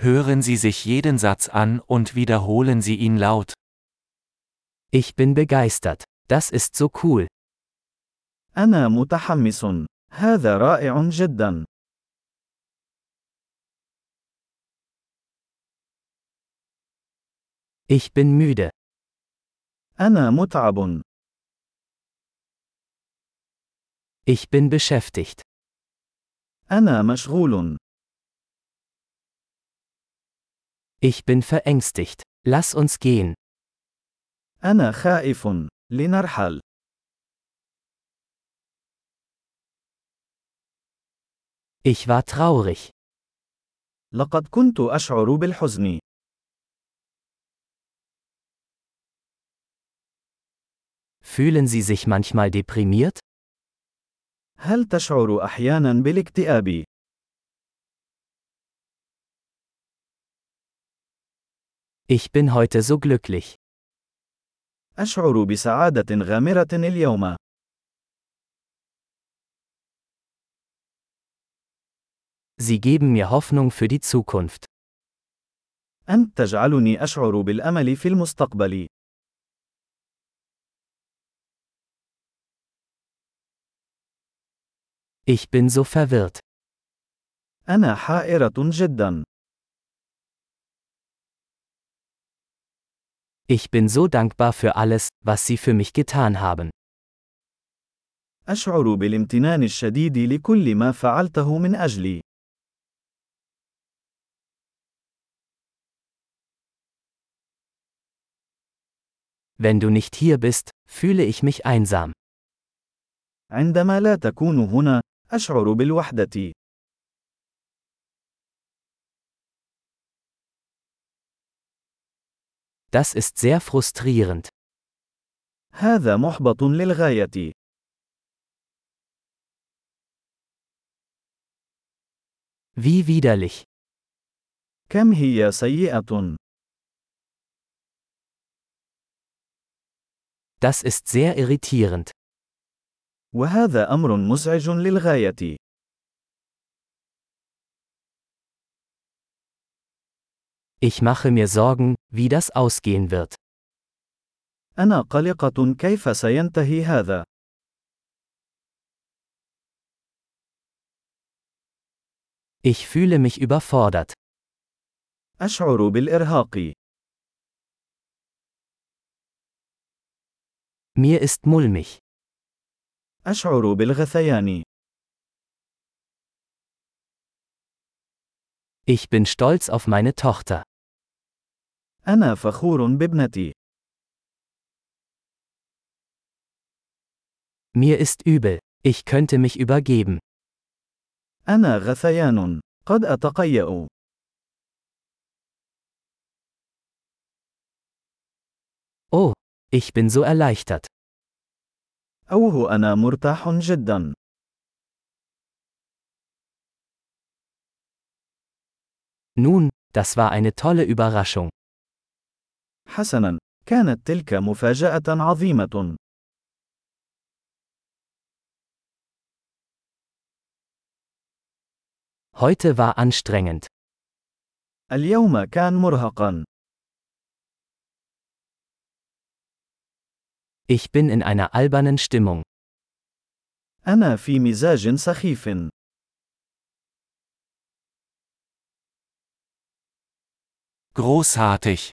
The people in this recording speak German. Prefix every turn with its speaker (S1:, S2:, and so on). S1: Hören Sie sich jeden Satz an und wiederholen Sie ihn laut.
S2: Ich bin begeistert. Das ist so cool.
S3: أنا متحمس. هذا رائع جدا.
S2: Ich bin müde.
S3: أنا متعب.
S2: Ich bin beschäftigt.
S3: أنا مشغول.
S2: Ich bin verängstigt. Lass uns gehen.
S3: أنا خائف. لنرحل.
S2: Ich war traurig.
S3: لقد كنت أشعر بالحزن.
S2: Fühlen Sie sich manchmal deprimiert?
S3: هل تشعر أحيانا بالاكتئاب؟
S2: Ich bin heute so glücklich.
S3: أشعر بسعادة غامرة اليوم.
S2: Sie geben mir Hoffnung für die Zukunft.
S3: أنت تجعلني أشعر بالأمل في المستقبل.
S2: Ich bin so verwirrt.
S3: أنا حائرة جدا.
S2: Ich bin so dankbar für alles, was Sie für mich getan haben.
S3: أشعر بالامتنان الشديد لكل ما فعلته من أجلي.
S2: Wenn du nicht hier bist, fühle ich mich einsam.
S3: عندما لا تكون هنا، أشعر بالوحدة.
S2: Das ist sehr frustrierend.
S3: هذا محبط للغاية.
S2: Wie widerlich.
S3: كم هي سيئة.
S2: Das ist sehr irritierend.
S3: وهذا أمر مزعج للغاية.
S2: Ich mache mir Sorgen, wie das ausgehen wird.
S3: أنا قلقة كيف سينتهي هذا.
S2: Ich fühle mich überfordert.
S3: أشعر بالإرهاق.
S2: Mir ist mulmig.
S3: أشعر بالغثيان.
S2: Ich bin stolz auf meine Tochter.
S3: أنا فخور بابنتي.
S2: Mir ist übel. Ich könnte mich übergeben.
S3: أنا غثيان. قد أتقيأ.
S2: Oh, ich bin so erleichtert.
S3: أوه أنا مرتاح جدا.
S2: Nun, das war eine tolle Überraschung.
S3: حسنا، كانت تلك مفاجأة عظيمة.
S2: Heute war anstrengend.
S3: اليوم كان مرهقا.
S2: Ich bin in einer albernen Stimmung.
S3: أنا في مزاج سخيف.
S1: Großartig!